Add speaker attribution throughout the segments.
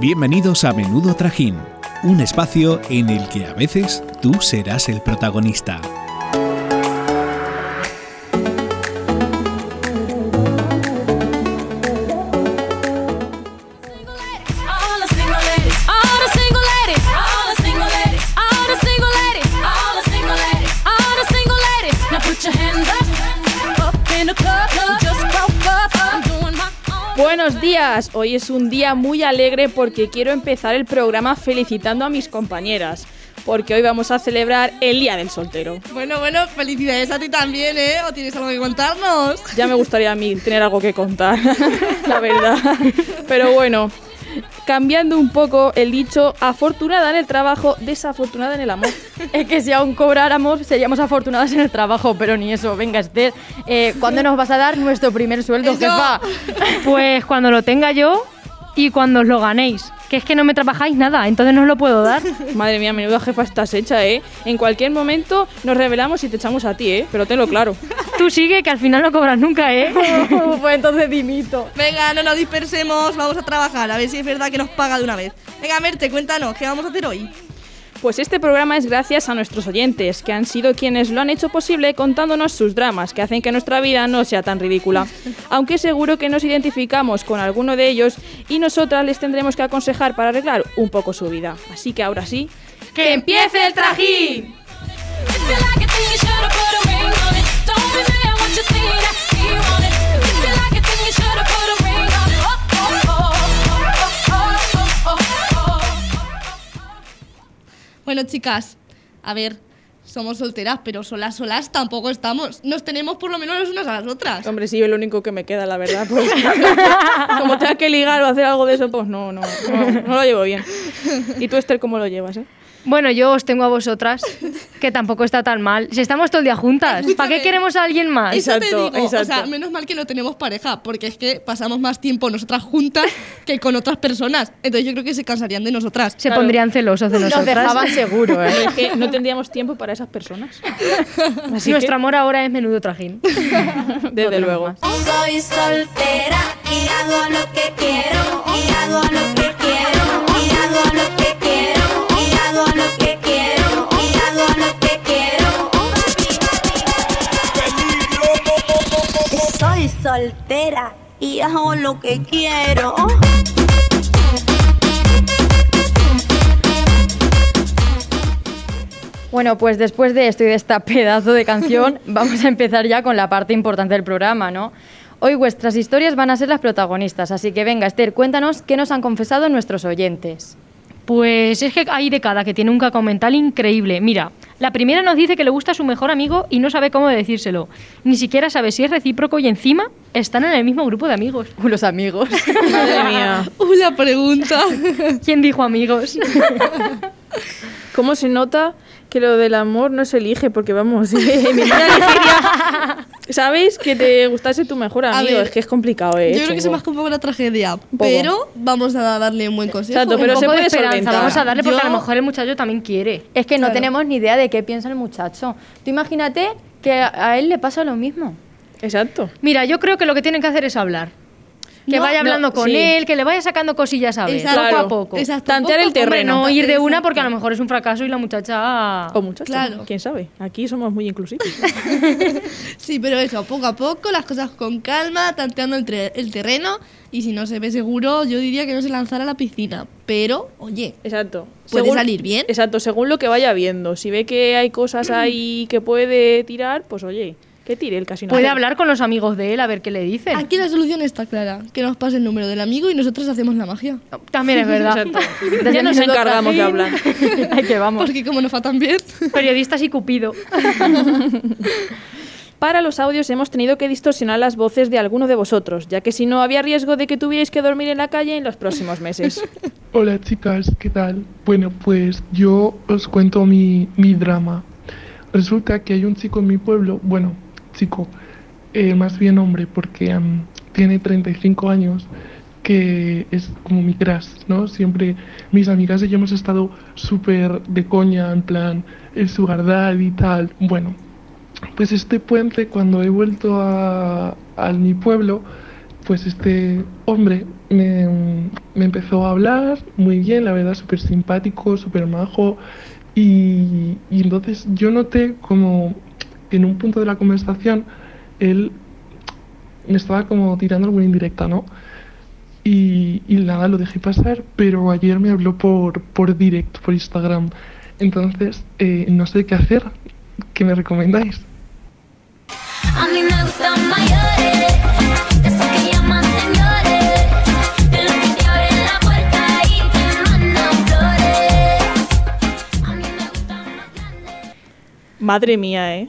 Speaker 1: Bienvenidos a Menudo Trajín, un espacio en el que a veces tú serás el protagonista.
Speaker 2: Buenos días, hoy es un día muy alegre porque quiero empezar el programa felicitando a mis compañeras, porque hoy vamos a celebrar el Día del Soltero.
Speaker 3: Bueno, bueno, felicidades a ti también, ¿eh? ¿O tienes algo que contarnos?
Speaker 2: Ya me gustaría a mí tener algo que contar, la verdad. Pero bueno, cambiando un poco el dicho, afortunada en el trabajo, desafortunada en el amor.
Speaker 4: Es que si aún cobráramos, seríamos afortunadas en el trabajo, pero ni eso. Venga, Esther, eh, ¿cuándo nos vas a dar nuestro primer sueldo,
Speaker 3: Eso.
Speaker 4: jefa?
Speaker 5: Pues cuando lo tenga yo y cuando os lo ganéis. Que es que no me trabajáis nada, entonces no os lo puedo dar.
Speaker 2: Madre mía, menuda jefa estás hecha, ¿eh? En cualquier momento nos revelamos y te echamos a ti, ¿eh? Pero tenlo claro.
Speaker 5: Tú sigue, que al final no cobras nunca, ¿eh?
Speaker 4: pues entonces dimito.
Speaker 3: Venga, no nos dispersemos, vamos a trabajar, a ver si es verdad que nos paga de una vez. Venga, Merte, cuéntanos, ¿qué vamos a hacer hoy?
Speaker 2: Pues este programa es gracias a nuestros oyentes, que han sido quienes lo han hecho posible contándonos sus dramas, que hacen que nuestra vida no sea tan ridícula. Aunque seguro que nos identificamos con alguno de ellos y nosotras les tendremos que aconsejar para arreglar un poco su vida. Así que ahora sí,
Speaker 5: ¡Que empiece el trajín!
Speaker 3: Bueno, chicas, a ver, somos solteras, pero solas, solas tampoco estamos. Nos tenemos por lo menos las unas a las otras.
Speaker 2: hombre, sí, es lo único que me queda, la verdad. pues. porque como tenga que ligar o hacer algo de eso, pues no, no, no, no lo llevo bien. ¿Y tú, Esther, cómo lo llevas, eh?
Speaker 5: Bueno, yo os tengo a vosotras, que tampoco está tan mal. Si estamos todo el día juntas, ¿para
Speaker 3: Escúchame.
Speaker 5: qué queremos a alguien más?
Speaker 3: Eso te
Speaker 2: Exacto,
Speaker 3: digo, o sea,
Speaker 2: exacto.
Speaker 3: menos mal que no tenemos pareja, porque es que pasamos más tiempo nosotras juntas que con otras personas. Entonces yo creo que se cansarían de nosotras.
Speaker 5: Se
Speaker 2: Claro.
Speaker 5: pondrían celosos de
Speaker 4: Nos
Speaker 5: nosotras.
Speaker 4: dejaban seguro, ¿eh?
Speaker 2: Pero es que no tendríamos tiempo para esas personas. Así
Speaker 5: Nuestro amor ahora es menudo trajín.
Speaker 2: que, desde luego.
Speaker 6: Soy soltera y hago lo que quiero, y hago lo que quiero, y hago lo que quiero, y hago lo que quiero, y hago lo que quiero. Soy soltera y hago lo que quiero.
Speaker 4: Bueno, pues después de esto y de esta pedazo de canción, vamos a empezar ya con la parte importante del programa, ¿no? Hoy vuestras historias van a ser las protagonistas, así que venga, Esther, cuéntanos qué nos han confesado nuestros oyentes.
Speaker 5: Pues es que hay de cada que tiene un caco mental increíble. Mira, la primera nos dice que le gusta a su mejor amigo y no sabe cómo decírselo. Ni siquiera sabe si es recíproco y encima están en el mismo grupo de amigos.
Speaker 4: Los amigos.
Speaker 2: Madre mía.
Speaker 3: Uh, la pregunta.
Speaker 5: ¿Quién dijo amigos?
Speaker 2: ¿Cómo se nota que lo del amor no se elige? Porque vamos, en mi vida elegiría, ¿sabes? Que te gustase tu mejor
Speaker 3: A
Speaker 2: amigo.
Speaker 3: ver,
Speaker 2: es que es complicado, ¿eh?
Speaker 3: Yo creo que se
Speaker 2: chungo.
Speaker 3: me ha como una tragedia, pero vamos a darle un buen consejo.
Speaker 2: Exacto, pero
Speaker 5: un
Speaker 2: se
Speaker 5: poco
Speaker 2: puede
Speaker 5: de esperanza,
Speaker 2: solventar.
Speaker 5: vamos a darle porque
Speaker 3: Yo-
Speaker 5: a lo mejor el muchacho también quiere.
Speaker 4: Es que no
Speaker 3: Claro.
Speaker 4: tenemos ni idea de qué piensa el muchacho. Tú imagínate que a a él le pasa lo mismo.
Speaker 2: Exacto.
Speaker 5: Mira, yo creo que lo que tienen que hacer es hablar. Que
Speaker 3: No,
Speaker 5: vaya hablando
Speaker 2: no,
Speaker 5: con
Speaker 2: sí.
Speaker 5: él, que le vaya sacando cosillas a ver,
Speaker 3: Exacto.
Speaker 5: poco
Speaker 2: Claro.
Speaker 5: a poco.
Speaker 3: Exacto.
Speaker 2: Tantear el
Speaker 3: Tampoco-
Speaker 5: Hombre,
Speaker 2: terreno.
Speaker 5: no ir de una
Speaker 3: Exacto.
Speaker 5: porque a lo mejor es un fracaso y la
Speaker 4: ah,
Speaker 5: muchacha...
Speaker 2: O muchachos.
Speaker 3: Claro.
Speaker 2: ¿Quién sabe? Aquí somos muy inclusivos.
Speaker 3: Sí, pero eso, poco a poco, las cosas con calma, tanteando el, tre- el terreno. Y si no se ve seguro, yo diría que no se lanzara a la piscina. Pero, oye,
Speaker 2: Exacto.
Speaker 3: ¿Puede salir bien?
Speaker 2: Exacto, según lo que vaya viendo. Si ve que hay cosas ahí que puede tirar, pues oye, que tire el casino.
Speaker 5: Puede hablar con los amigos de él a ver qué le dicen.
Speaker 3: aquí la solución está clara: que nos pase el número del amigo y nosotros hacemos la magia.
Speaker 5: También es verdad.
Speaker 2: Exacto.
Speaker 5: Desde
Speaker 2: Ya nos
Speaker 5: Menudo
Speaker 2: encargamos de
Speaker 5: Trajín. Ahí que vamos.
Speaker 3: Porque como nos va tan bien.
Speaker 5: Periodistas y Cupido.
Speaker 2: Para los audios hemos tenido que distorsionar las voces de alguno de vosotros, ya que si no había riesgo de que tuvierais que dormir en la calle en los próximos meses.
Speaker 7: Hola chicas, ¿qué tal? Bueno, pues yo os cuento mi, mi drama. Resulta que hay un chico en mi pueblo, bueno, chico, eh, más bien hombre, porque am, tiene 35 años, que es como mi crush, ¿no? Siempre mis amigas y yo hemos estado súper de coña, en plan, el sugar daddy y tal. Bueno, pues este puente, cuando he vuelto a, a mi pueblo, pues este hombre me, me empezó a hablar muy bien, la verdad, súper simpático, súper majo. Y, y entonces yo noté como que en un punto de la conversación él me estaba como tirando alguna indirecta, ¿no? Y, y nada, lo dejé pasar, pero ayer me habló por, por direct, por Instagram. Entonces, eh, no sé qué hacer. ¿Qué me recomendáis?
Speaker 6: A mí me gustan mayores, de esos que llaman señores, de los que te abren la puerta y te mandan flores. A mí me gustan más grandes.
Speaker 2: Madre mía, ¿eh?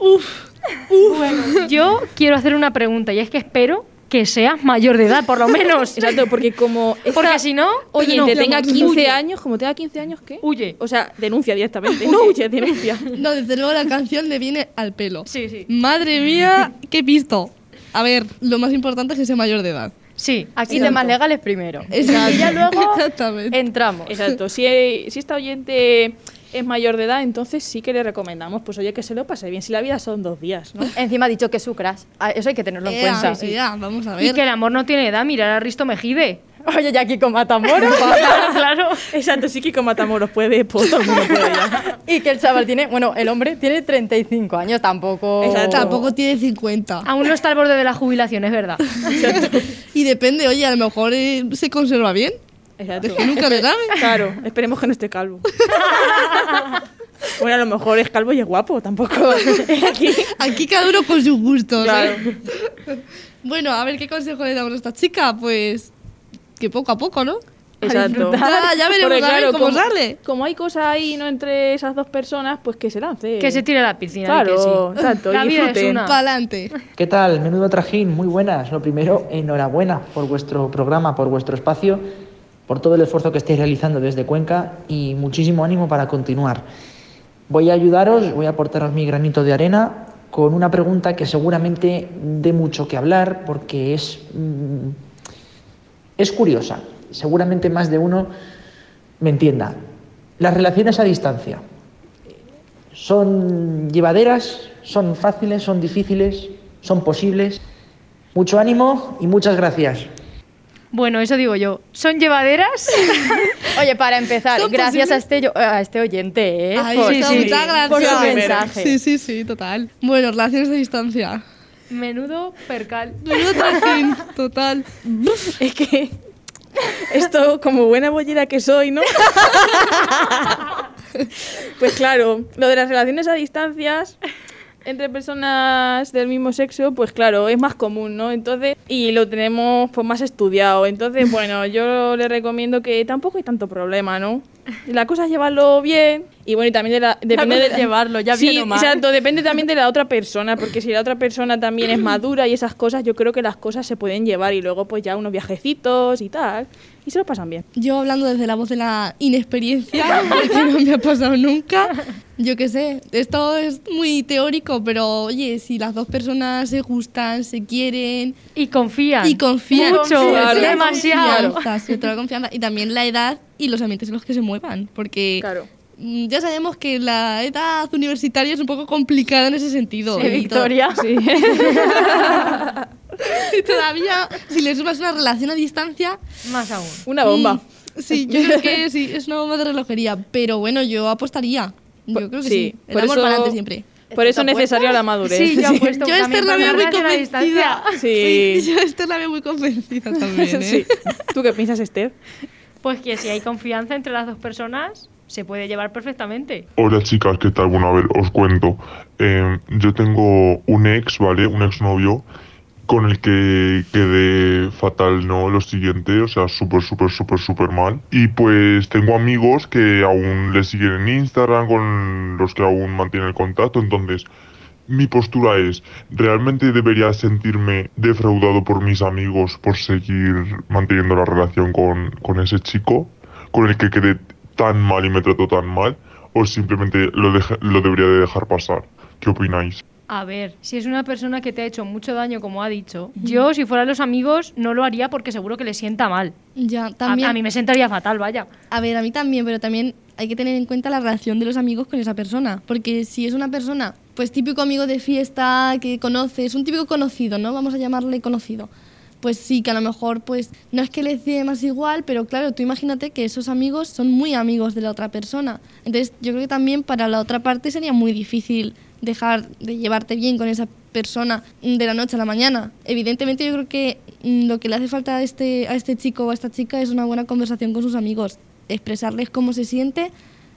Speaker 5: Yo quiero hacer una pregunta y es que espero que seas mayor de edad, por lo menos.
Speaker 2: Exacto, porque como... esta
Speaker 5: Porque si no,
Speaker 2: Oye,
Speaker 5: no.
Speaker 2: te tenga 15
Speaker 5: Huye.
Speaker 2: años, como tenga 15 años, ¿qué?
Speaker 5: Huye.
Speaker 2: O sea, denuncia directamente. No huye, denuncia.
Speaker 3: No, desde luego la canción le viene al pelo.
Speaker 5: Sí, sí.
Speaker 3: Madre mía, qué pisto. A ver, lo más importante es que sea mayor de edad.
Speaker 5: Sí.
Speaker 4: Aquí
Speaker 3: Exacto.
Speaker 4: temas legales primero.
Speaker 3: Exacto.
Speaker 4: Y ya luego
Speaker 3: Exactamente.
Speaker 4: entramos.
Speaker 2: Exacto. Si, si esta oyente es mayor de edad, entonces sí que le recomendamos, pues oye, que se lo pase bien. Si la vida son dos días, ¿no?
Speaker 4: Encima ha dicho que es su crush. Ah, Eso hay que tenerlo en
Speaker 3: Ea,
Speaker 4: cuenta.
Speaker 3: ea, vamos a
Speaker 5: Y
Speaker 3: ver.
Speaker 5: que el amor no tiene edad, mirar a Risto Mejide.
Speaker 4: Oye, ya aquí con Matamoros.
Speaker 5: claro, claro.
Speaker 2: Exacto, sí que con Matamoros puede, pues todo el mundo puede ya.
Speaker 4: y que el chaval tiene, bueno, el hombre tiene 35 años, tampoco.
Speaker 2: Exacto.
Speaker 3: Tampoco tiene 50.
Speaker 5: Aún no está al borde de la jubilación, es verdad.
Speaker 3: Y depende, oye, a lo mejor eh, se conserva bien.
Speaker 2: Exacto.
Speaker 3: Es que nunca se sabe.
Speaker 2: Claro, esperemos que no esté calvo. Bueno, a lo mejor es calvo y es guapo, tampoco. Aquí.
Speaker 3: Aquí cada uno con sus gustos.
Speaker 2: Claro.
Speaker 3: ¿eh? Bueno, a ver qué consejo le damos a esta chica. Pues que poco a poco, ¿no?
Speaker 2: Exacto.
Speaker 3: Ya, ya veremos
Speaker 2: Porque,
Speaker 3: a ver
Speaker 2: claro,
Speaker 3: cómo
Speaker 2: como-
Speaker 3: sale.
Speaker 2: Como hay cosas ahí no entre esas dos personas, pues que se lance.
Speaker 5: Que se tire a la piscina. di que
Speaker 2: Claro,
Speaker 5: sí.
Speaker 2: exacto,
Speaker 5: La
Speaker 2: y
Speaker 5: vida es
Speaker 2: disfruten.
Speaker 5: una.
Speaker 3: Pa'lante.
Speaker 8: ¿Qué tal? Menudo trajín, muy buenas. Lo primero, enhorabuena por vuestro programa, por vuestro espacio, por todo el esfuerzo que estáis realizando desde Cuenca y muchísimo ánimo para continuar. Voy a ayudaros, voy a aportaros mi granito de arena con una pregunta que seguramente dé mucho que hablar porque es, mm, es curiosa. Seguramente más de uno me entienda. Las relaciones a distancia. Son llevaderas, son fáciles, son difíciles, son posibles. Mucho ánimo y muchas gracias.
Speaker 5: Bueno, eso digo yo. ¿Son llevaderas?
Speaker 4: Oye, para empezar,
Speaker 3: Son
Speaker 4: gracias
Speaker 3: posibles-
Speaker 4: a este, yo- a este oyente, ¿eh?
Speaker 3: Ay,
Speaker 4: Por-
Speaker 5: sí,
Speaker 3: está,
Speaker 5: sí.
Speaker 3: muchas gracias.
Speaker 4: Por su mensaje.
Speaker 3: Sí, sí, sí, total. Bueno, relaciones de distancia.
Speaker 5: Menudo percal.
Speaker 3: Menudo trajín, total.
Speaker 2: Es que esto, como buena bollera que soy, ¿no? Pues claro, lo de las relaciones a distancias entre personas del mismo sexo, pues claro, es más común, ¿no? Entonces, y lo tenemos pues más estudiado. Entonces, bueno, yo le recomiendo que tampoco hay tanto problema, ¿no? La cosa es llevarlo bien y bueno, y también de la, depende
Speaker 4: cosa
Speaker 2: de
Speaker 4: es llevarlo, ya
Speaker 2: Sí,
Speaker 4: bien o mal.
Speaker 2: exacto, depende también de la otra persona, porque si la otra persona también es madura y esas cosas, yo creo que las cosas se pueden llevar y luego pues ya unos viajecitos y tal, y se lo pasan bien.
Speaker 3: Yo hablando desde la voz de la inexperiencia, porque no me ha pasado nunca. Yo qué sé, esto es muy teórico, pero oye, si las dos personas se gustan, se quieren
Speaker 5: Y confían.
Speaker 3: y confían,
Speaker 5: Mucho,
Speaker 3: Confían,
Speaker 5: demasiado.
Speaker 3: confianza, sobre todo la confianza y también la edad y los ambientes en los que se muevan, porque
Speaker 2: Claro.
Speaker 3: mm, ya sabemos que la edad universitaria es un poco complicada en ese sentido. y to-
Speaker 4: Victoria.
Speaker 3: y todavía, si le sumas una relación a distancia,
Speaker 5: Más aún.
Speaker 2: Una bomba.
Speaker 3: Mm, Sí, yo creo que sí, es una bomba de relojería, pero bueno, yo apostaría. Yo creo que sí. El
Speaker 2: por
Speaker 3: amor
Speaker 2: eso-
Speaker 3: para adelante siempre.
Speaker 2: Por eso es necesaria la madurez.
Speaker 5: Sí, yo apuesto
Speaker 3: Yo a
Speaker 5: también
Speaker 3: Esther la
Speaker 5: por
Speaker 3: veo
Speaker 5: una
Speaker 3: muy
Speaker 5: relación a
Speaker 3: convencida.
Speaker 5: distancia.
Speaker 2: Sí.
Speaker 3: yo a Esther la veo muy convencida también. ¿eh?
Speaker 2: Sí. ¿Tú qué piensas, Esther?
Speaker 5: Pues que si hay confianza entre las dos personas, se puede llevar perfectamente.
Speaker 9: Hola chicas, ¿qué tal? Bueno, a ver, os cuento. Eh, yo tengo un ex, ¿vale? Un exnovio con el que quedé fatal, ¿no? Lo siguiente, o sea, súper, súper, súper, súper mal. Y pues tengo amigos que aún le siguen en Instagram, con los que aún mantienen el contacto. Entonces, mi postura es, ¿realmente debería sentirme defraudado por mis amigos por seguir manteniendo la relación con, con ese chico? Con el que quedé tan mal y me trató tan mal? ¿O simplemente lo, deja- lo debería de dejar pasar? ¿Qué opináis?
Speaker 5: A ver, si es una persona que te ha hecho mucho daño, como ha dicho, yo si fuera los amigos no lo haría porque seguro que le sienta mal.
Speaker 3: Ya,
Speaker 5: A-
Speaker 3: también.
Speaker 5: A, mí me sentaría fatal, vaya.
Speaker 3: A ver, a mí también, pero también hay que tener en cuenta la relación de los amigos con esa persona. Porque si es una persona, pues típico amigo de fiesta que conoces, un típico conocido, ¿no? Vamos a llamarle conocido. pues sí, que a lo mejor pues no es que les dé más igual, pero claro, tú imagínate que esos amigos son muy amigos de la otra persona. Entonces yo creo que también para la otra parte sería muy difícil dejar de llevarte bien con esa persona mm, de la noche a la mañana. Evidentemente yo creo que mm, lo que le hace falta a este, a este chico o a esta chica es una buena conversación con sus amigos, expresarles cómo se siente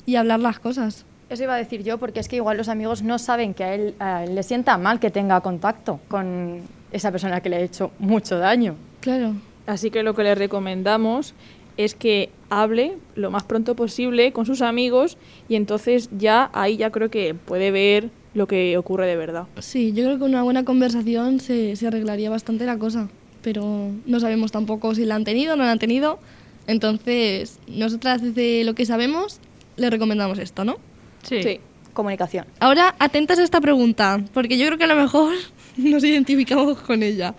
Speaker 3: y hablar las cosas.
Speaker 4: Eso iba a decir yo, porque es que igual los amigos no saben que a él, a él le sienta mal que tenga contacto con esa persona que le ha hecho mucho daño.
Speaker 3: Claro.
Speaker 2: Así que lo que les recomendamos es que hable lo más pronto posible con sus amigos y entonces ya ahí ya creo que puede ver lo que ocurre de verdad.
Speaker 3: Sí, yo creo que una buena conversación se, se arreglaría bastante la cosa, pero no sabemos tampoco si la han tenido o no la han tenido. Entonces, nosotras desde lo que sabemos, le recomendamos esto, ¿no?
Speaker 5: Sí.
Speaker 4: Comunicación.
Speaker 3: Ahora, atentas a esta pregunta, porque yo creo que a lo mejor nos identificamos con ella.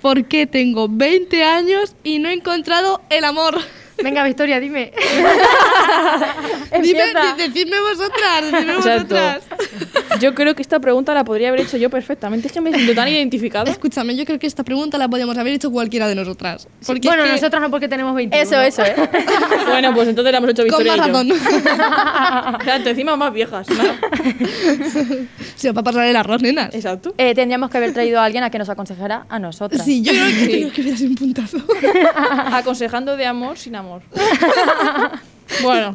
Speaker 3: ¿Por qué tengo 20 años y no he encontrado el amor?
Speaker 5: Venga, Victoria, dime.
Speaker 3: Dime,
Speaker 4: Empieza.
Speaker 3: di- decidme vosotras, decidme
Speaker 2: Exacto.
Speaker 3: vosotras.
Speaker 2: Yo creo que esta pregunta la podría haber hecho yo perfectamente. Es que me siento tan identificada.
Speaker 3: Escúchame, yo creo que esta pregunta la podíamos haber hecho cualquiera de nosotras. Porque es
Speaker 5: bueno,
Speaker 3: que-
Speaker 5: nosotros no, porque tenemos 21.
Speaker 4: Eso, eso, ¿eh?
Speaker 2: Bueno, pues entonces la hemos hecho
Speaker 3: Con
Speaker 2: Victoria
Speaker 3: más
Speaker 2: y yo.
Speaker 3: razón.
Speaker 2: Exacto, encima más viejas. ¿no?
Speaker 3: Se os va a pasar el arroz, nenas.
Speaker 2: Exacto.
Speaker 4: Eh, Tendríamos que haber traído a alguien a que nos aconsejara a nosotras.
Speaker 3: Sí, yo creo que tengo que ver un puntazo.
Speaker 2: Aconsejando de amor sin amor. Bueno,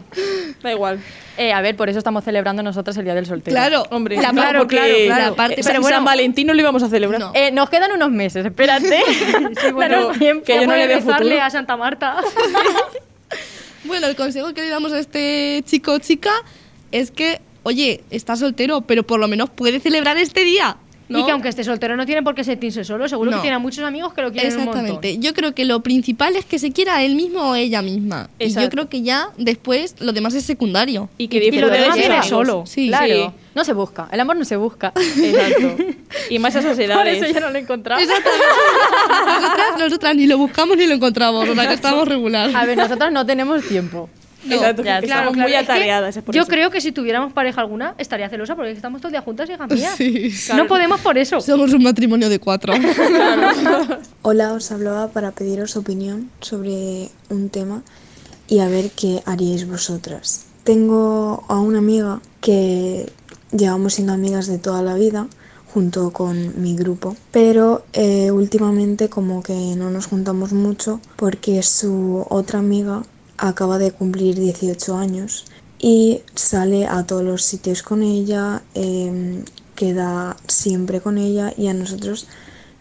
Speaker 2: da igual.
Speaker 4: Eh, a ver, por eso estamos celebrando nosotras el Día del Soltero.
Speaker 3: Claro,
Speaker 2: Hombre,
Speaker 3: la
Speaker 2: claro,
Speaker 3: parte-
Speaker 2: claro,
Speaker 3: la
Speaker 2: claro.
Speaker 3: parte-
Speaker 2: Eh,
Speaker 3: pero
Speaker 2: San,
Speaker 3: bueno,
Speaker 2: San Valentín no lo íbamos a celebrar.
Speaker 3: No.
Speaker 4: Eh, nos quedan unos meses, espérate.
Speaker 5: bueno,
Speaker 4: Danos tiempo.
Speaker 2: que yo no
Speaker 5: Voy
Speaker 2: le
Speaker 5: a
Speaker 2: veo
Speaker 5: rezarle
Speaker 2: futuro.
Speaker 5: a Santa Marta.
Speaker 3: Bueno, el consejo que le damos a este chico o chica es que, oye, está soltero, pero por lo menos puede celebrar este día. ¿no?
Speaker 5: Y que aunque esté soltero no tiene por qué sentirse solo. Seguro
Speaker 3: No.
Speaker 5: que tiene a muchos amigos que lo quieren un montón.
Speaker 3: Exactamente. Yo creo que lo principal es que se quiera a él mismo o ella misma. Y yo
Speaker 2: Exacto.
Speaker 3: creo que ya después lo demás es secundario.
Speaker 2: Y que
Speaker 5: Y lo
Speaker 2: disfrute de
Speaker 5: demás
Speaker 2: sus
Speaker 5: viene
Speaker 2: amigos.
Speaker 5: solo.
Speaker 3: Sí.
Speaker 4: claro.
Speaker 2: Sí.
Speaker 4: No se busca, el amor no se busca.
Speaker 2: Exacto. Y más a esas
Speaker 4: Por
Speaker 2: edades.
Speaker 4: eso ya no lo he encontrado.
Speaker 3: Exactamente. nosotras, nosotras ni lo buscamos ni lo encontramos, o sea que estamos regular.
Speaker 4: A ver, nosotras no tenemos tiempo.
Speaker 2: Exacto,
Speaker 4: ya,
Speaker 5: Claro,
Speaker 2: estamos
Speaker 5: claro.
Speaker 2: muy
Speaker 5: Es que
Speaker 2: atareadas. es por
Speaker 5: yo
Speaker 2: eso.
Speaker 5: creo que si tuviéramos pareja alguna estaría celosa porque estamos todo el día juntas, hija mía.
Speaker 3: Sí.
Speaker 5: No podemos por eso.
Speaker 3: Somos un matrimonio de cuatro.
Speaker 10: Hola, os hablaba para pediros opinión sobre un tema y a ver qué haríais vosotras. Tengo a una amiga que llevamos siendo amigas de toda la vida junto con mi grupo, pero eh, últimamente como que no nos juntamos mucho porque su otra amiga acaba de cumplir 18 años y sale a todos los sitios con ella, em, queda siempre con ella y a nosotros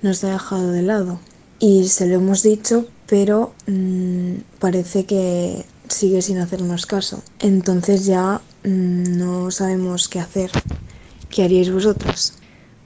Speaker 10: nos ha dejado de lado. Y se lo hemos dicho, pero mm, parece que sigue sin hacernos caso. Entonces ya mm, no sabemos qué hacer. ¿Qué haríais vosotros?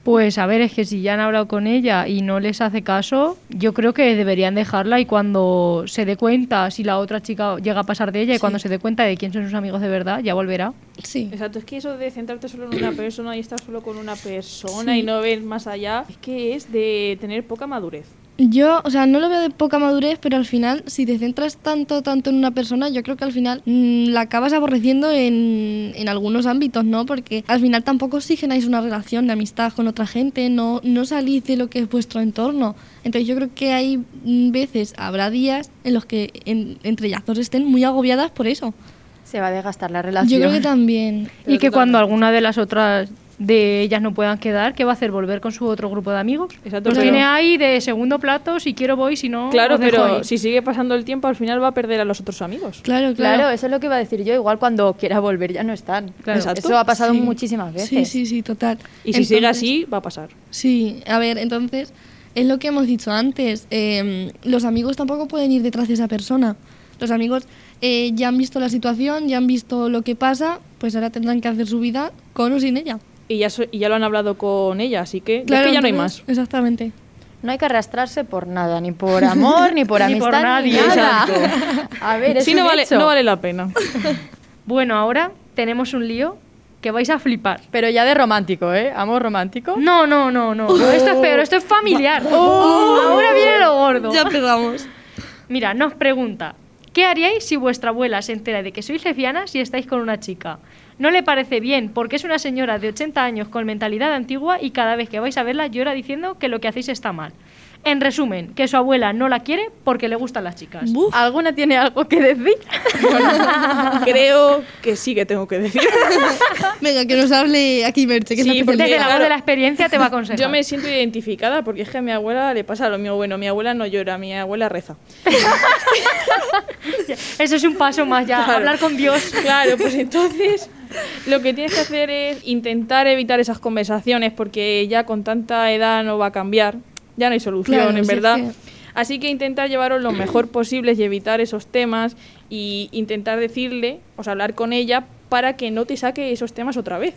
Speaker 5: Pues a ver, es que si ya han hablado con ella y no les hace caso, yo creo que deberían dejarla y cuando se dé cuenta, si la otra chica llega a pasar de ella y cuando se dé cuenta de quién son sus amigos de verdad, ya volverá.
Speaker 3: Sí.
Speaker 2: Exacto, es que eso de centrarte solo en una persona y estar solo con una persona y no ver más allá, es que es de tener poca madurez.
Speaker 3: Yo, o sea, no lo veo de poca madurez, pero al final, si te centras tanto, tanto en una persona, yo creo que al final mm, la acabas aborreciendo en, en algunos ámbitos, ¿no? Porque al final tampoco oxigenáis una relación de amistad con otra gente, no, no salís de lo que es vuestro entorno. Entonces yo creo que hay mm, veces, habrá días en los que en- entre ellas dos estén muy agobiadas por eso.
Speaker 4: Se va a desgastar la
Speaker 3: Yo
Speaker 4: relación.
Speaker 3: creo que también.
Speaker 5: y que cuando alguna de las otras de ellas no puedan quedar, ¿qué va a hacer? ¿Volver con su otro grupo de amigos?
Speaker 2: Exacto,
Speaker 5: Los
Speaker 2: pero-
Speaker 5: tiene ahí de segundo plato, si quiero voy, si no.
Speaker 2: Claro,
Speaker 5: os dejo
Speaker 2: pero
Speaker 5: ahí.
Speaker 2: si sigue pasando el tiempo, al final va a perder a los otros amigos.
Speaker 3: Claro, claro.
Speaker 4: Claro, eso es lo que iba a decir yo. Igual cuando quiera volver ya no están.
Speaker 5: Claro.
Speaker 4: Eso
Speaker 2: Exacto.
Speaker 4: ha pasado
Speaker 3: Sí.
Speaker 4: muchísimas veces.
Speaker 3: Sí, sí, sí, total.
Speaker 2: Y si sigue
Speaker 3: Entonces-
Speaker 2: así, va a pasar.
Speaker 3: Sí, a ver, entonces, es lo que hemos dicho antes, eh, los amigos tampoco pueden ir detrás de esa persona. Los amigos eh, ya han visto la situación, ya han visto lo que pasa, pues ahora tendrán que hacer su vida con o sin ella.
Speaker 2: Y ya, so- y ya lo han hablado con ella, así que, es que ya no hay
Speaker 3: entonces,
Speaker 2: más.
Speaker 3: Exactamente.
Speaker 4: No hay que arrastrarse por nada, ni por amor, ni por
Speaker 5: Ni
Speaker 4: amistad,
Speaker 5: por nadie,
Speaker 4: nada. A ver, es
Speaker 2: Sí,
Speaker 4: un
Speaker 2: no vale,
Speaker 4: hecho.
Speaker 2: no vale la pena.
Speaker 5: Bueno, ahora tenemos un lío que vais a flipar.
Speaker 4: Pero ya de romántico, ¿eh? Amor romántico.
Speaker 5: No, no, no, no. no, Esto es peor, esto es familiar. Ahora viene lo gordo.
Speaker 3: Ya pegamos.
Speaker 5: Mira, nos pregunta, ¿qué haríais si vuestra abuela se entera de que sois lesbianas y estáis con una chica? No le parece bien porque es una señora de 80 años con mentalidad antigua y cada vez que vais a verla llora diciendo que lo que hacéis está mal. En resumen, que su abuela no la quiere porque le gustan las chicas.
Speaker 3: Buf.
Speaker 4: ¿Alguna tiene algo que decir?
Speaker 2: Creo que sí que tengo que decir.
Speaker 3: Venga, que nos hable aquí Merche, que
Speaker 2: Sí,
Speaker 3: es la
Speaker 2: porque
Speaker 5: Desde la
Speaker 2: claro.
Speaker 5: voz de la experiencia te va a aconsejar.
Speaker 2: Yo me siento identificada porque es que a mi abuela le pasa lo mismo. Bueno, mi abuela no llora, mi abuela reza.
Speaker 5: Eso es un paso más ya,
Speaker 2: Claro.
Speaker 5: hablar con Dios.
Speaker 2: Claro, pues entonces lo que tienes que hacer es intentar evitar esas conversaciones porque ya con tanta edad no va a cambiar, ya no hay solución,
Speaker 3: Claro,
Speaker 2: en
Speaker 3: si es
Speaker 2: verdad.
Speaker 3: que-
Speaker 2: Así que intentar llevaros lo mejor posible y evitar esos temas y intentar decirle, o sea, hablar con ella para que no te saque esos temas otra vez.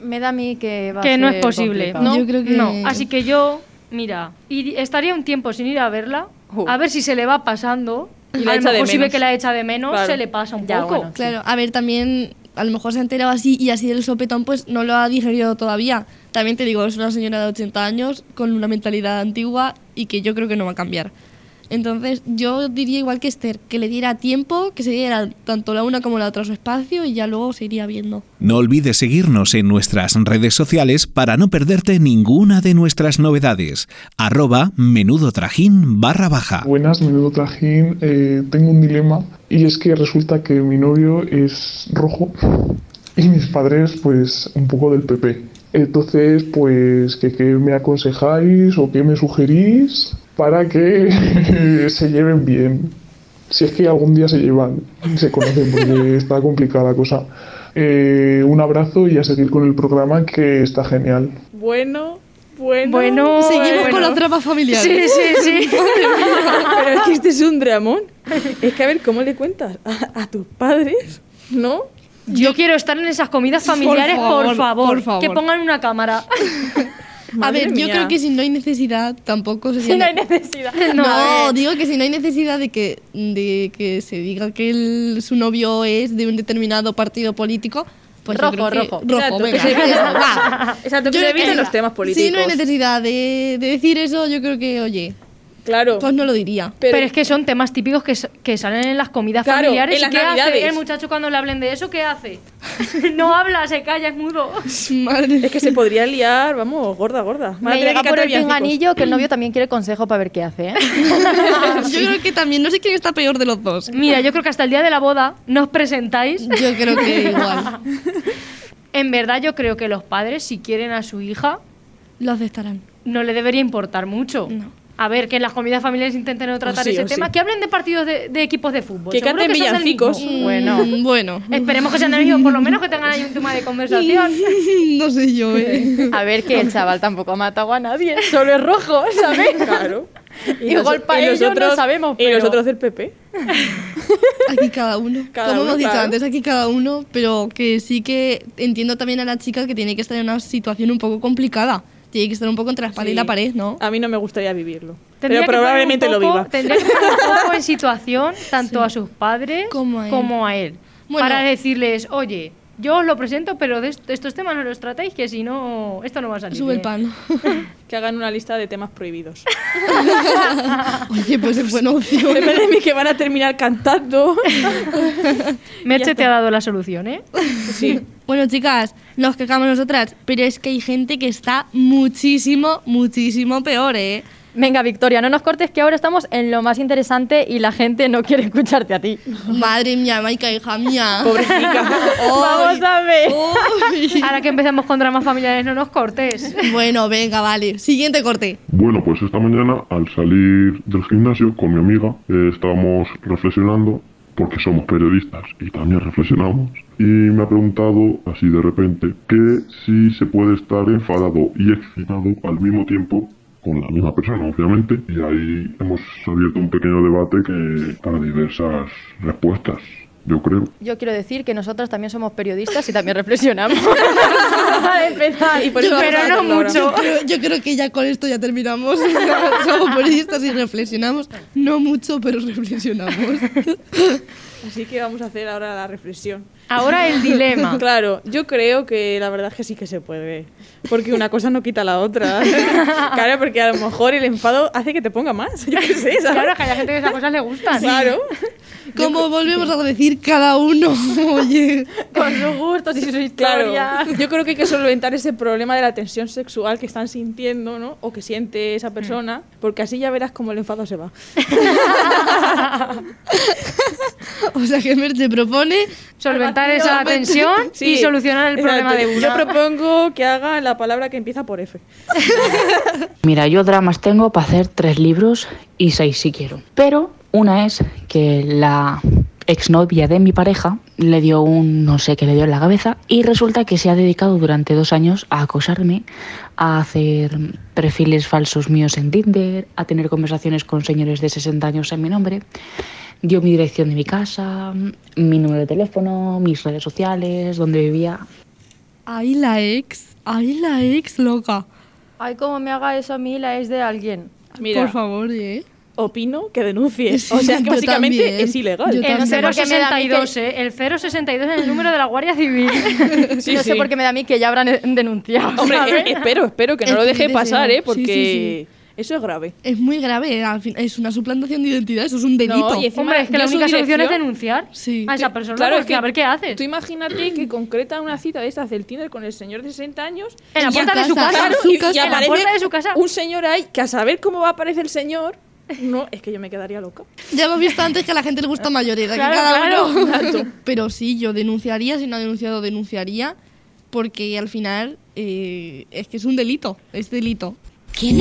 Speaker 4: Me da a mí que va a
Speaker 5: Que no
Speaker 4: ser
Speaker 5: es posible.
Speaker 4: complicado.
Speaker 5: No,
Speaker 3: Yo creo que-
Speaker 5: no. Así que yo, mira, ir- estaría un tiempo sin ir a verla,
Speaker 4: Jo.
Speaker 5: a ver si se le va pasando.
Speaker 2: Oh. Y la
Speaker 5: a lo
Speaker 2: echa de
Speaker 5: mejor si ve
Speaker 2: menos.
Speaker 5: que la echa de menos,
Speaker 2: Claro.
Speaker 5: se le pasa un
Speaker 4: Ya,
Speaker 5: poco.
Speaker 4: bueno.
Speaker 3: Claro, a ver, también a lo mejor se ha enterado así y así del sopetón pues no lo ha digerido todavía. También te digo, es una señora de 80 años con una mentalidad antigua y que yo creo que no va a cambiar. Entonces yo diría igual que Esther, que le diera tiempo, que se diera tanto la una como la otra su espacio y ya luego se iría viendo.
Speaker 1: No olvides seguirnos en nuestras redes sociales para no perderte ninguna de nuestras novedades. Arroba menudo trajín barra baja.
Speaker 7: Buenas, menudo trajín. Eh, tengo un dilema y es que resulta que mi novio es rojo y mis padres pues un poco del PP. Entonces pues que qué me aconsejáis o qué me sugerís para que se lleven bien. Si es que algún día se llevan, se conocen porque está complicada la cosa. Eh, un abrazo y a seguir con el programa que está genial.
Speaker 2: Bueno, bueno.
Speaker 5: Bueno,
Speaker 3: Seguimos con
Speaker 5: bueno.
Speaker 3: la trama familiar.
Speaker 5: Sí, sí, sí.
Speaker 2: Pero es que este es un dramón. Es que a ver, ¿cómo le cuentas? ¿A, a tus padres? ¿No?
Speaker 5: Yo quiero estar en esas comidas familiares, por favor.
Speaker 3: favor, por favor.
Speaker 5: Que pongan una cámara.
Speaker 3: A
Speaker 2: Madre
Speaker 3: ver, yo
Speaker 2: mía.
Speaker 3: creo que si no hay necesidad tampoco se
Speaker 5: Si no
Speaker 3: tiene-
Speaker 5: hay necesidad. eh.
Speaker 3: No,
Speaker 5: a ver.
Speaker 3: digo que si no hay necesidad de que, de que se diga que el- su novio es de un determinado partido político, pues yo
Speaker 5: Rojo,
Speaker 3: creo que-
Speaker 5: rojo.
Speaker 3: rojo,
Speaker 2: Exacto,
Speaker 3: venga,
Speaker 2: que se
Speaker 3: ya
Speaker 2: evite-
Speaker 3: está, va.
Speaker 2: Exacto, que
Speaker 3: Yo
Speaker 2: se
Speaker 3: creo que
Speaker 2: eviten los temas políticos.
Speaker 3: Si no hay necesidad de, de decir eso, yo creo que, oye,
Speaker 2: Claro.
Speaker 3: pues no lo diría.
Speaker 5: Pero, es que son temas típicos que, sa- que salen en las comidas
Speaker 2: Claro,
Speaker 5: familiares.
Speaker 2: en
Speaker 5: ¿Y
Speaker 2: las
Speaker 5: qué
Speaker 2: navidades.
Speaker 5: hace el muchacho cuando le hablen de eso? ¿Qué hace? no habla, se calla, es mudo.
Speaker 3: Madre.
Speaker 2: Es que se podría liar, Ah, vamos, gorda, gorda. Van a
Speaker 4: Me
Speaker 2: tener
Speaker 4: llega
Speaker 2: que
Speaker 4: por
Speaker 2: cantar
Speaker 4: el
Speaker 2: villancicos.
Speaker 4: pinganillo que el novio también quiere consejo para ver qué hace. ¿eh?
Speaker 3: yo creo que también, no sé quién está peor de los dos.
Speaker 5: Mira, yo creo que hasta el día de la boda nos presentáis.
Speaker 3: Yo creo que igual.
Speaker 5: En verdad, yo creo que los padres, si quieren a su hija,
Speaker 3: Lo aceptarán.
Speaker 5: no le debería importar mucho.
Speaker 3: No.
Speaker 5: A ver, que en las comidas familiares intenten no tratar
Speaker 2: sí,
Speaker 5: ese
Speaker 2: o
Speaker 5: tema.
Speaker 2: sí.
Speaker 5: Que hablen de partidos de, de equipos de fútbol.
Speaker 2: Que
Speaker 5: Seguro
Speaker 2: canten
Speaker 5: son del
Speaker 2: villancicos.
Speaker 5: mismo.
Speaker 4: Bueno.
Speaker 3: Mm, bueno.
Speaker 5: Esperemos que sean del mismo, por lo menos que tengan ahí un tema de conversación.
Speaker 3: no sé yo, eh.
Speaker 4: A ver que el chaval tampoco ha matado a nadie, solo es rojo, ¿sabes?
Speaker 2: Claro.
Speaker 4: Igual
Speaker 2: noso-
Speaker 4: pa' ellos no sabemos,
Speaker 2: Y
Speaker 4: pero-
Speaker 2: nosotros del PP.
Speaker 3: Aquí cada uno.
Speaker 2: Cada
Speaker 3: Como
Speaker 2: uno,
Speaker 3: hemos dicho
Speaker 2: claro.
Speaker 3: antes, aquí cada uno, pero que sí que entiendo también a la chica que tiene que estar en una situación un poco complicada. Tiene que estar un poco entre la espalda y la
Speaker 2: Sí.
Speaker 3: pared, ¿no?
Speaker 2: A mí no me gustaría vivirlo.
Speaker 5: Tendría
Speaker 2: Pero
Speaker 5: que poner un
Speaker 2: probablemente lo
Speaker 5: poco-
Speaker 2: viva.
Speaker 5: Tendría que poner un poco en situación tanto a sus padres
Speaker 3: Como a él. Bueno.
Speaker 5: para decirles, oye, yo os lo presento, pero de est- estos temas no los tratáis, que si no, esto no va a salir.
Speaker 3: Sube el
Speaker 5: bien".
Speaker 3: pan.
Speaker 2: Que hagan una lista de temas prohibidos.
Speaker 3: Oye, pues es buena opción.
Speaker 2: En vez de mí que van a terminar cantando.
Speaker 5: Merche te ha dado la solución, ¿eh?
Speaker 2: Sí.
Speaker 3: Bueno, chicas, nos quejamos nosotras, pero es que hay gente que está muchísimo, muchísimo peor, ¿eh?
Speaker 4: Venga, Victoria, no nos cortes que ahora estamos en lo más interesante y la gente no quiere escucharte a ti.
Speaker 3: Madre mía, Maika, hija mía.
Speaker 2: Pobrecita.
Speaker 3: Ay,
Speaker 4: Vamos a ver.
Speaker 3: ay.
Speaker 5: Ahora que empezamos con dramas familiares, no nos cortes.
Speaker 3: Bueno, venga, vale. Siguiente corte.
Speaker 9: Bueno, pues esta mañana al salir del gimnasio con mi amiga eh, estábamos reflexionando porque somos periodistas y también reflexionamos y me ha preguntado así de repente que si se puede estar enfadado y excitado al mismo tiempo con la misma persona, obviamente, y ahí hemos abierto un pequeño debate que para diversas respuestas, yo creo.
Speaker 4: Yo quiero decir que nosotras también somos periodistas y también reflexionamos. Para empezar.
Speaker 2: Y por eso vamos a
Speaker 5: pero no
Speaker 2: hacerlo ahora.
Speaker 5: mucho.
Speaker 3: Yo creo, yo creo que ya con esto ya terminamos. Somos periodistas y reflexionamos. No mucho, pero reflexionamos.
Speaker 2: Así que vamos a hacer ahora la reflexión.
Speaker 5: Ahora el dilema.
Speaker 2: Claro, yo creo que la verdad es que sí que se puede. Porque una cosa no quita la otra. Claro, porque a lo mejor el enfado hace que te ponga más. Yo qué sé, ¿sabes?
Speaker 5: Claro, es que hay gente que esas cosas le gustan.
Speaker 2: Claro.
Speaker 3: ¿Cómo volvemos a decir cada uno? Oye.
Speaker 4: Con sus gustos y sus
Speaker 2: Claro,
Speaker 4: historias.
Speaker 2: yo creo que hay que solventar ese problema de la tensión sexual que están sintiendo, ¿no? O que siente esa persona, porque así ya verás cómo el enfado se va.
Speaker 3: O sea que Merche propone.
Speaker 5: Solventar esa tensión y
Speaker 2: Sí.
Speaker 5: solucionar el problema de uno.
Speaker 2: Exacto. Yo propongo que haga la palabra que empieza por F.
Speaker 11: Mira, yo dramas tengo para hacer tres libros y seis si quiero. Pero una es que la exnovia de mi pareja le dio un no sé qué le dio en la cabeza y resulta que se ha dedicado durante dos años a acosarme, a hacer perfiles falsos míos en Tinder, a tener conversaciones con señores de 60 años en mi nombre. Dio mi dirección de mi casa, mi número de teléfono, mis redes sociales, donde vivía.
Speaker 3: Ay, la ex. Ay, la ex, loca.
Speaker 4: Ay, cómo me haga eso a mí la es de alguien.
Speaker 2: Mira,
Speaker 3: Por favor, ¿eh?
Speaker 2: opino que denuncies. O sea, es que
Speaker 3: Yo
Speaker 2: básicamente
Speaker 3: también.
Speaker 2: es ilegal.
Speaker 3: Yo
Speaker 2: Eh,
Speaker 3: también.
Speaker 5: El
Speaker 4: sé por qué me da a mí que-
Speaker 5: 062, ¿eh? El 062 es el número de la Guardia Civil.
Speaker 2: sí,
Speaker 4: no
Speaker 2: sí.
Speaker 4: sé por qué me da a mí que ya habrán eh, denunciado.
Speaker 2: Hombre,
Speaker 4: ¿sabes?
Speaker 2: eh, espero, espero que no lo
Speaker 3: Es que
Speaker 2: deje
Speaker 3: deseo.
Speaker 2: pasar,
Speaker 3: Sí,
Speaker 2: ¿eh?
Speaker 3: sí,
Speaker 2: Porque
Speaker 3: sí.
Speaker 2: eso es grave.
Speaker 3: Es muy grave, eh, al fin- es una suplantación de identidad, eso es un delito.
Speaker 2: y encima
Speaker 5: Hombre, es que
Speaker 2: dio
Speaker 5: la
Speaker 2: su
Speaker 5: única solución es
Speaker 2: dirección.
Speaker 5: denunciar
Speaker 3: Sí.
Speaker 5: a esa
Speaker 2: Que-
Speaker 5: persona
Speaker 2: claro,
Speaker 5: porque
Speaker 2: es que
Speaker 5: a ver qué haces.
Speaker 2: Tú imagínate que concreta una cita de estas del Tinder con el señor de 60 años.
Speaker 5: En la
Speaker 2: y ya
Speaker 5: puerta de su
Speaker 3: casa,
Speaker 5: casa.
Speaker 3: en su
Speaker 2: y- y
Speaker 3: casa.
Speaker 5: En la
Speaker 2: aparece
Speaker 5: puerta de su casa.
Speaker 2: Un señor ahí que a saber cómo va a aparecer el señor. No, es que yo me quedaría loca.
Speaker 3: Ya hemos visto antes que a la gente le gusta mayorera,
Speaker 5: Claro,
Speaker 3: que cada
Speaker 5: claro.
Speaker 3: uno. Pero sí, yo denunciaría, si no ha denunciado, denunciaría, porque al final eh, es que es un delito, es delito.
Speaker 6: ¿Quién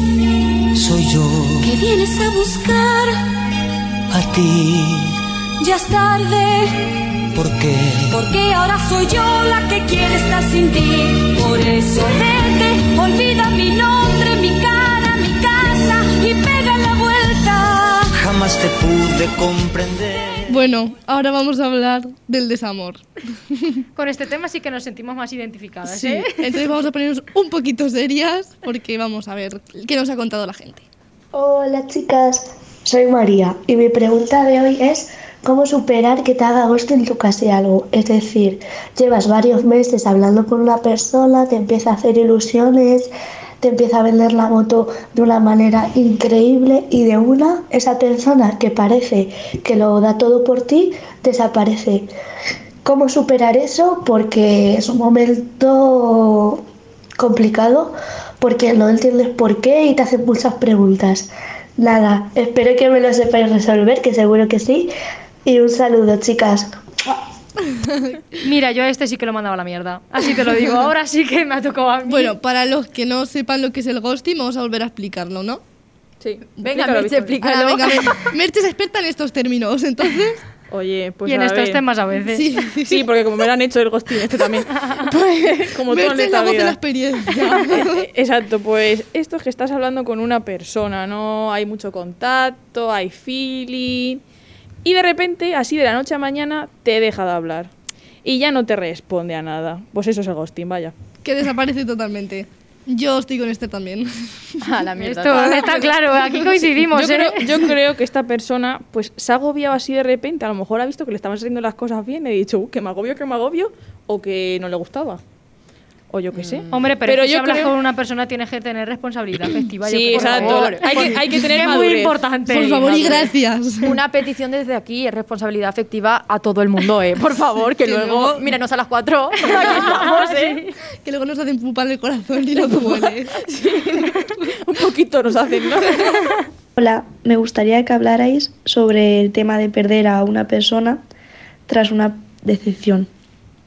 Speaker 6: es?
Speaker 12: Soy yo,
Speaker 6: ¿Qué vienes a buscar?
Speaker 12: a ti,
Speaker 6: Ya es tarde,
Speaker 12: ¿por qué?
Speaker 6: porque ahora soy yo la que quiere estar sin ti. Por eso vete, olvida mi nombre, mi cara, mi casa y pega la vuelta.
Speaker 12: Jamás te pude comprender.
Speaker 3: Bueno, ahora vamos a hablar del desamor.
Speaker 5: Con este tema sí que nos sentimos más identificadas,
Speaker 3: Sí,
Speaker 5: ¿eh?
Speaker 3: entonces vamos a ponernos un poquito serias, porque vamos a ver qué nos ha contado la gente.
Speaker 13: Hola chicas, soy María y mi pregunta de hoy es ¿cómo superar que te haga gusto en tu casi algo? Es decir, llevas varios meses hablando con una persona, te empieza a hacer ilusiones, te empieza a vender la moto de una manera increíble y de una esa persona que parece que lo da todo por ti desaparece. ¿Cómo superar eso? Porque es un momento complicado porque no entiendes por qué y te hacen muchas preguntas. Nada, espero que me lo sepáis resolver, que seguro que sí. Y un saludo, chicas.
Speaker 5: Mira, yo a este sí que lo mandaba a la mierda. Así te lo digo. Ahora sí que me ha tocado a mí.
Speaker 3: Bueno, para los que no sepan lo que es el ghosting, vamos a volver a explicarlo, ¿no?
Speaker 2: Sí.
Speaker 4: Venga,
Speaker 2: Explícalo,
Speaker 4: Merche,
Speaker 2: Victoria.
Speaker 3: Ahora,
Speaker 4: explícalo.
Speaker 3: venga, Mer- Merche es experta en estos términos, entonces.
Speaker 2: Oye, pues
Speaker 5: y en
Speaker 2: a
Speaker 5: estos
Speaker 2: ver.
Speaker 5: temas a veces.
Speaker 3: Sí, sí,
Speaker 2: Sí, porque como me lo han hecho el ghosting este también. Pues, como todo en
Speaker 3: Merche es la
Speaker 2: esta
Speaker 3: voz de la
Speaker 2: vida.
Speaker 3: experiencia.
Speaker 2: Eh, Exacto, pues esto es que estás hablando con una persona, ¿no? Hay mucho contacto, hay feeling. Y de repente, así de la noche a mañana, te deja de hablar. Y ya no te responde a nada. Pues eso es el ghosting, vaya.
Speaker 3: que desaparece totalmente. Yo estoy con este también.
Speaker 5: Ah,
Speaker 4: A la mierda.
Speaker 5: Esto está claro, aquí coincidimos,
Speaker 2: Yo creo,
Speaker 5: ¿eh?
Speaker 2: yo creo que esta persona, pues se ha agobiado así de repente. A lo mejor ha visto que le estaban saliendo las cosas bien y ha dicho, "Uh, que me agobio, que me agobio, o que no le gustaba. O yo qué sé.
Speaker 5: Mm. Hombre, pero,
Speaker 2: Pero
Speaker 5: es que si
Speaker 2: yo
Speaker 5: hablas
Speaker 2: creo-
Speaker 5: con una persona tienes que tener responsabilidad afectiva. yo
Speaker 2: Sí,
Speaker 5: creo.
Speaker 2: exacto.
Speaker 5: Por favor.
Speaker 2: Hay que, hay que tener
Speaker 5: es
Speaker 2: madurez.
Speaker 5: muy importante.
Speaker 3: Por favor y
Speaker 5: Madurez.
Speaker 3: gracias.
Speaker 4: Una petición desde aquí es responsabilidad afectiva a todo el mundo, ¿eh? Por favor, que
Speaker 3: Que
Speaker 4: luego...
Speaker 3: luego-
Speaker 4: Míranos a las cuatro. Aquí estamos, ¿eh?
Speaker 3: Que luego nos hacen pupar el corazón y nos duele.
Speaker 2: Un poquito nos hacen, ¿no?
Speaker 13: Hola, me gustaría que hablarais sobre el tema de perder a una persona tras una decepción,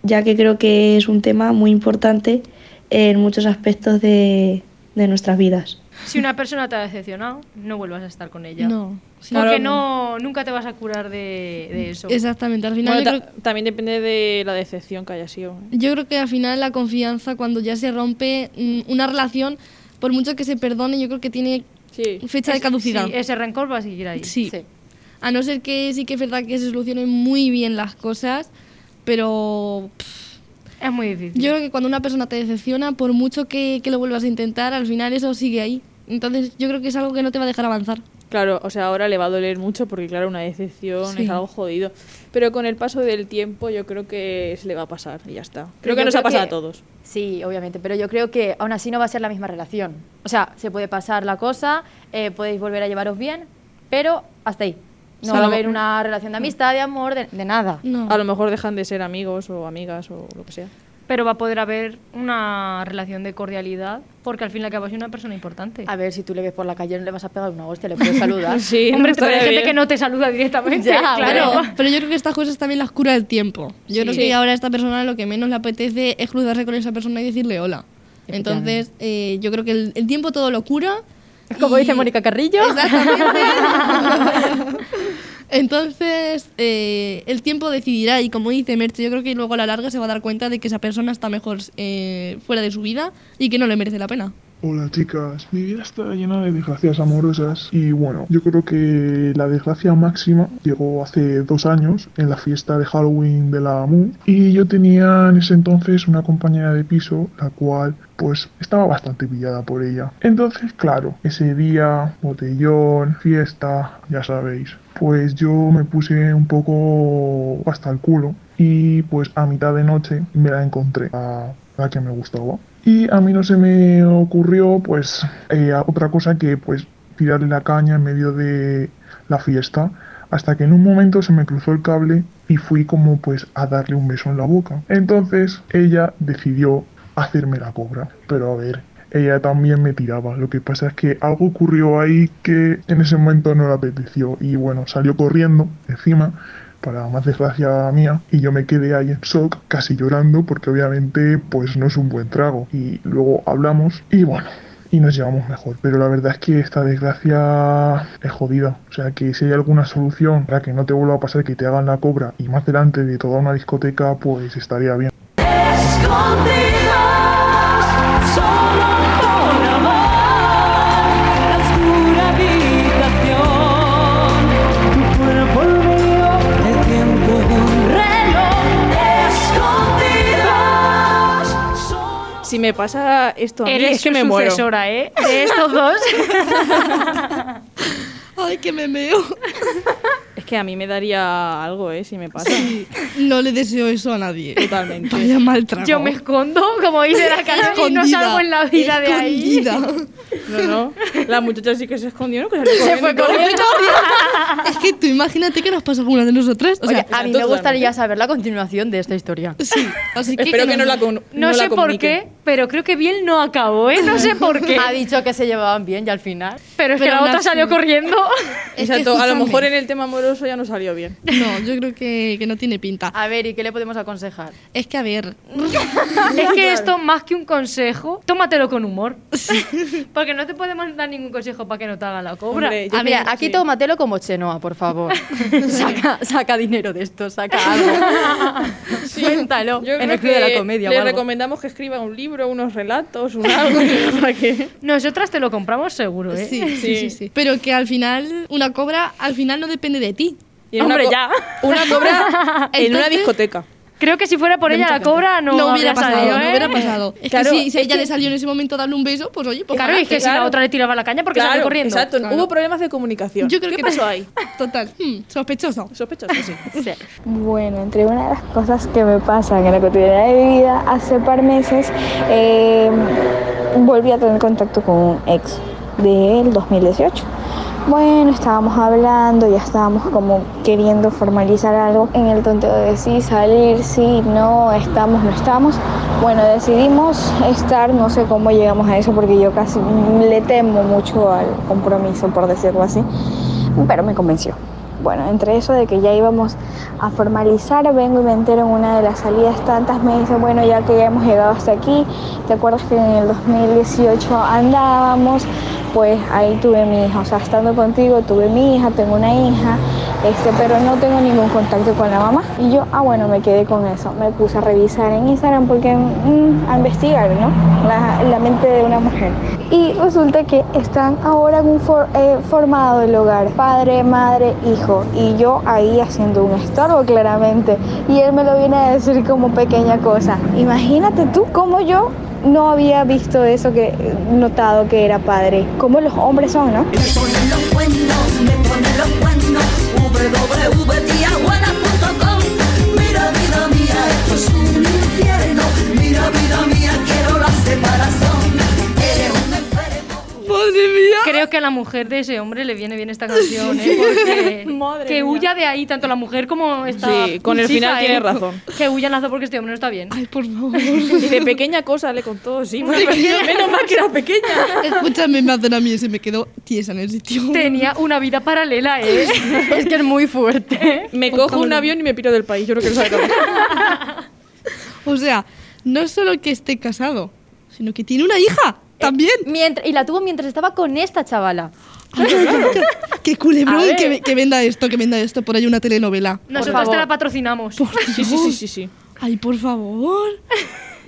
Speaker 13: ya que creo que es un tema muy importante en muchos aspectos de, de nuestras vidas.
Speaker 5: Si una persona te ha decepcionado, no vuelvas a estar con ella.
Speaker 3: No. sí.
Speaker 5: Porque no, nunca te vas a curar de, de eso.
Speaker 3: Exactamente, al final
Speaker 2: Bueno,
Speaker 3: yo,
Speaker 2: ta-
Speaker 3: creo,
Speaker 2: también depende de la decepción que haya sido. ¿eh?
Speaker 3: yo creo que al final la confianza cuando ya se rompe mm, una relación, por mucho que se perdone, yo creo que tiene
Speaker 2: Sí.
Speaker 3: fecha de caducidad.
Speaker 5: Sí, ese rencor va a seguir ahí.
Speaker 3: Sí.
Speaker 4: Sí.
Speaker 3: A no ser que sí que es verdad que se solucionen muy bien las cosas, pero
Speaker 5: Es muy difícil.
Speaker 3: Yo creo que cuando una persona te decepciona, por mucho que, que lo vuelvas a intentar, al final eso sigue ahí. Entonces yo creo que es algo que no te va a dejar avanzar.
Speaker 2: Claro, o sea, ahora le va a doler mucho porque, claro, una decepción
Speaker 3: Sí.
Speaker 2: es algo jodido. Pero con el paso del tiempo, yo creo que se le va a pasar y ya está. Creo
Speaker 4: Pero yo
Speaker 2: que nos
Speaker 4: creo
Speaker 2: ha pasado
Speaker 4: que-
Speaker 2: a todos.
Speaker 4: Sí, obviamente, pero yo creo que aún así no va a ser la misma relación. O sea, se puede pasar la cosa, eh, podéis volver a llevaros bien, pero hasta ahí. No
Speaker 2: O sea,
Speaker 4: va a
Speaker 2: lo-
Speaker 4: haber una relación de amistad, de amor, de, de nada.
Speaker 2: A lo mejor dejan de ser amigos o amigas o lo que sea.
Speaker 5: Pero va a poder haber una relación de cordialidad, porque al fin la que es una persona importante.
Speaker 4: A ver, si tú le ves por la calle no le vas a pegar una hostia, le puedes saludar.
Speaker 5: Sí, Hombre, no pero hay estaría gente bien. que no te saluda directamente,
Speaker 4: Ya,
Speaker 5: claro.
Speaker 4: bueno.
Speaker 3: Pero yo creo que estas cosas también las cura el tiempo. Yo creo
Speaker 4: Sí.
Speaker 3: que ahora a esta persona lo que menos le apetece es cruzarse con esa persona y decirle hola. Entonces, eh, yo creo que el, el tiempo todo lo cura.
Speaker 4: Como dice Mónica Carrillo.
Speaker 3: Entonces, eh, el tiempo decidirá y como dice Merche, yo creo que luego a la larga se va a dar cuenta de que esa persona está mejor eh, fuera de su vida y que no le merece la pena.
Speaker 7: Hola chicas, mi vida está llena de desgracias amorosas y bueno, yo creo que la desgracia máxima llegó hace dos años en la fiesta de Halloween de la AMU y yo tenía en ese entonces una compañera de piso la cual pues estaba bastante pillada por ella. Entonces claro, ese día, botellón, fiesta, ya sabéis, pues yo me puse un poco hasta el culo y pues a mitad de noche me la encontré a la que me gustaba. Y a mí no se me ocurrió, pues, eh, otra cosa que, pues, tirarle la caña en medio de la fiesta, hasta que en un momento se me cruzó el cable y fui como, pues, a darle un beso en la boca. Entonces ella decidió hacerme la cobra. Pero a ver, ella también me tiraba. Lo que pasa es que algo ocurrió ahí que en ese momento no le apeteció. Y bueno, salió corriendo encima, para más desgracia mía, y yo me quedé ahí en shock, casi llorando, porque obviamente pues no es un buen trago. Y luego hablamos y bueno. Y nos llevamos mejor. Pero la verdad es que esta desgracia es jodida. O sea que si hay alguna solución para que no te vuelva a pasar que te hagan la cobra y más delante de toda una discoteca, pues estaría bien.
Speaker 6: Solo por amor, la oscura habitación. Tu cuerpo olvidó el tiempo de un reloj escondido.
Speaker 2: Si me pasa esto a mí,
Speaker 5: Eres
Speaker 2: es que
Speaker 5: su
Speaker 2: me muero.
Speaker 5: sucesora, ¿eh? De estos dos.
Speaker 3: Ay, que me meo.
Speaker 2: Es que a mí me daría algo, ¿eh? Si me pasa.
Speaker 3: No le deseo eso a nadie.
Speaker 2: Totalmente.
Speaker 3: Vaya mal trago.
Speaker 5: Yo me escondo, como dice la canción, y no
Speaker 2: Escondida,
Speaker 5: salgo en la vida de ahí.
Speaker 3: escondida.
Speaker 2: No, no. La muchacha sí que se escondió, ¿no? Que salió
Speaker 4: Se
Speaker 2: corriendo
Speaker 4: fue
Speaker 2: y todo.
Speaker 4: corriendo.
Speaker 3: es que tú imagínate que nos pasó a alguna de nosotras. O sea,
Speaker 4: Oye, a mí me gustaría saber la continuación de esta historia.
Speaker 3: Sí, así que
Speaker 2: Espero que no la con-
Speaker 5: No,
Speaker 2: la
Speaker 5: sé por
Speaker 2: comunique.
Speaker 5: qué, pero creo que bien no acabó, ¿eh? No sé por qué.
Speaker 4: Ha dicho que se llevaban bien y al final.
Speaker 5: Pero es que
Speaker 3: Pero
Speaker 5: la
Speaker 3: aún
Speaker 5: otra
Speaker 3: así.
Speaker 5: salió corriendo.
Speaker 3: Es que
Speaker 2: Exacto, a lo
Speaker 3: escúchame.
Speaker 2: mejor en el tema amoroso ya no salió bien.
Speaker 3: No, yo creo que, que no tiene pinta.
Speaker 4: A ver, ¿y qué le podemos aconsejar?
Speaker 3: Es que, a ver,
Speaker 5: es que esto, más que un consejo, tómatelo con humor. Porque no te podemos dar ningún consejo para que no te hagan la cobra.
Speaker 2: Hombre, yo
Speaker 4: Ah, mira,
Speaker 2: creo que
Speaker 4: aquí
Speaker 2: sí.
Speaker 4: tómatelo como Chenoa, por favor. saca, saca dinero de esto, saca algo. Siéntalo
Speaker 2: Yo
Speaker 4: en
Speaker 2: creo
Speaker 4: el club de la
Speaker 2: que
Speaker 4: comedia. o
Speaker 2: Le
Speaker 4: algo.
Speaker 2: recomendamos que escriba un libro, unos relatos, un algo. ¿no? ¿Para qué?
Speaker 5: Nosotras te lo compramos seguro, ¿eh?
Speaker 3: sí, sí, sí, sí. Pero que al final, una cobra, al final no depende de ti.
Speaker 2: Y en una
Speaker 5: Hombre,
Speaker 2: co-
Speaker 5: ya.
Speaker 2: Una cobra en una
Speaker 3: Entonces-
Speaker 2: discoteca.
Speaker 5: Creo que si fuera por ella la cobra no,
Speaker 3: No, hubiera
Speaker 5: habría
Speaker 3: pasado,
Speaker 5: salido,
Speaker 3: no
Speaker 5: ¿eh?
Speaker 3: hubiera pasado. Es
Speaker 2: Claro,
Speaker 3: que si, si a
Speaker 2: es
Speaker 3: ella
Speaker 2: que-
Speaker 3: le salió en ese momento darle un beso, pues oye, pues
Speaker 5: Claro, es que si la
Speaker 2: claro.
Speaker 5: otra le tiraba la caña porque
Speaker 2: Claro,
Speaker 5: salió corriendo.
Speaker 2: Exacto,
Speaker 3: Claro.
Speaker 2: hubo problemas de comunicación.
Speaker 3: Yo creo
Speaker 2: ¿Qué
Speaker 3: que
Speaker 2: pasó ahí?
Speaker 3: Total, hmm, sospechoso.
Speaker 2: Sospechoso, sí.
Speaker 14: Bueno, entre una de las cosas que me pasan en la cotidiana de mi vida, hace par meses eh, volví a tener contacto con un ex del 2018. Bueno, estábamos hablando, ya estábamos como queriendo formalizar algo en el tonteo de sí, salir, sí, no, estamos, no estamos. Bueno, decidimos estar, no sé cómo llegamos a eso porque yo casi le temo mucho al compromiso, por decirlo así, pero me convenció. Bueno, entre eso de que ya íbamos a formalizar, vengo y me entero en una de las salidas tantas, me dice, bueno, ya que ya hemos llegado hasta aquí, ¿te acuerdas que en el 2018 andábamos? Pues ahí tuve mi hija, o sea, estando contigo tuve mi hija, tengo una hija, este, pero no tengo ningún contacto con la mamá. Y yo, ah, bueno, me quedé con eso, me puse a revisar en Instagram porque, mm, a investigar, ¿no? La, la mente de una mujer. Y resulta que están ahora en un for- eh, formado el hogar, padre, madre, hijo, y yo ahí haciendo un estorbo claramente. Y él me lo viene a decir como pequeña cosa. Imagínate tú cómo yo no había visto eso que notado que era padre. Como los hombres son, ¿no?
Speaker 6: Ponen los cuernos, me ponen los cuernos. www.tiahuana.com. Mira, vida mía, esto es un infierno. Mira, vida mía, quiero la separación. Eres un enfermo.
Speaker 5: ¡Madre mía! Creo que a la mujer de ese hombre le viene bien esta canción, ¿eh? Porque
Speaker 2: Madre
Speaker 5: que
Speaker 2: mía.
Speaker 5: huya de ahí, tanto la mujer como esta
Speaker 2: Sí, con el
Speaker 5: chica,
Speaker 2: final
Speaker 5: ¿eh?
Speaker 2: tiene razón.
Speaker 5: Que huyan las dos porque este hombre no está bien. Ay, por favor.
Speaker 2: Y de pequeña cosa le contó, sí.
Speaker 5: Una pequeña
Speaker 2: Menos mal que era pequeña.
Speaker 3: Escúchame, me hacen a mí y se me quedó tiesa en el sitio.
Speaker 5: Tenía una vida paralela, ¿eh? es que es muy fuerte.
Speaker 2: Me cojo un avión y me piro del país. Yo no quiero saber nada.
Speaker 3: O sea, no solo que esté casado, sino que tiene una hija
Speaker 5: Eh,
Speaker 3: también.
Speaker 4: Mientras, y la tuvo mientras estaba con esta chavala.
Speaker 3: Qué culebrón
Speaker 4: A ver.
Speaker 3: que, que venda esto, que venda esto. Por ahí una telenovela.
Speaker 5: Nosotros te la patrocinamos.
Speaker 3: Sí, sí, sí, sí, Ay, por favor.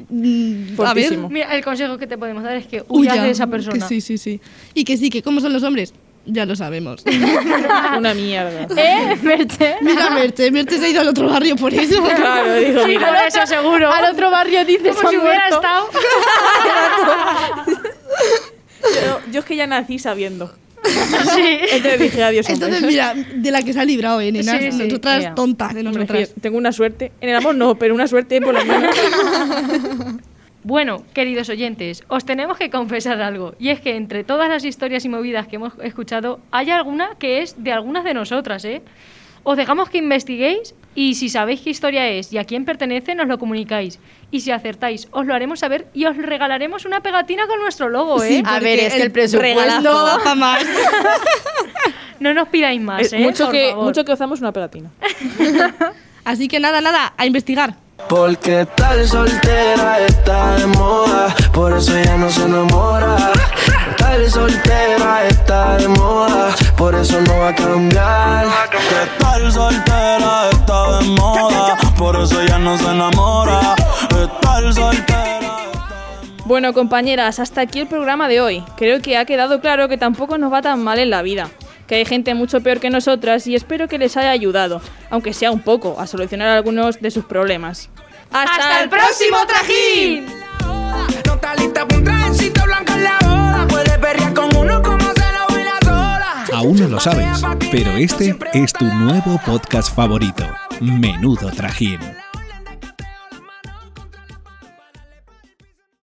Speaker 3: Mm, a ver,
Speaker 5: Mira, el consejo que te podemos dar es que
Speaker 3: huya
Speaker 5: huyas de esa
Speaker 3: que
Speaker 5: persona.
Speaker 3: sí, sí, sí. Y que sí, que cómo son los hombres, ya lo sabemos.
Speaker 2: Una mierda.
Speaker 5: ¿Eh, Merche?
Speaker 3: Mira, Merche, Merche se ha ido al otro barrio por eso.
Speaker 2: Claro, digo, Sí, mira. por eso
Speaker 5: seguro.
Speaker 4: Al otro barrio dices,
Speaker 5: Como si
Speaker 4: "Ha
Speaker 5: hubiera
Speaker 4: muerto".
Speaker 5: estado.
Speaker 2: Yo, yo es que ya nací sabiendo. Entonces dije adiós. hombre.
Speaker 3: Entonces, mira, de la que se ha librado, ¿eh, nena?
Speaker 2: Sí, sí,
Speaker 3: nosotras
Speaker 2: mira.
Speaker 3: tontas,
Speaker 2: Hombre,
Speaker 3: nosotras.
Speaker 2: que Tengo una suerte. En el amor no, pero una suerte por lo menos.
Speaker 5: Bueno, queridos oyentes, os tenemos que confesar algo, y es que entre todas las historias y movidas que hemos escuchado, hay alguna que es de algunas de nosotras, ¿eh? Os dejamos que investiguéis y si sabéis qué historia es y a quién pertenece, nos lo comunicáis. Y si acertáis, os lo haremos saber y os regalaremos una pegatina con nuestro logo, ¿eh?
Speaker 4: Sí, A ver, porque es que el el presupuesto- regalazo
Speaker 3: da pa' más.
Speaker 5: no nos pidáis más,
Speaker 2: Eh,
Speaker 5: ¿eh?
Speaker 2: mucho
Speaker 5: Por
Speaker 2: que-
Speaker 5: favor.
Speaker 2: mucho que usamos una pegatina.
Speaker 3: Así que nada, nada, a investigar.
Speaker 6: Porque tal soltera está de moda, por eso ella no se enamora. Tal soltera está de moda, por eso no va a cambiar.
Speaker 15: Que tal soltera está de moda, por eso ya no se enamora. Estar soltera.
Speaker 2: Bueno, compañeras, hasta aquí el programa de hoy. Creo que ha quedado claro que tampoco nos va tan mal en la vida, que hay gente mucho peor que nosotras y espero que les haya ayudado, aunque sea un poco, a solucionar algunos de sus problemas. ¡Hasta, el próximo trajín!
Speaker 16: No está lista para un trajecito blanco en la boda. Puedes perrear con uno como se lo baila sola.
Speaker 1: Aún no lo sabes, pero este es tu nuevo podcast favorito, Menudo Trajín.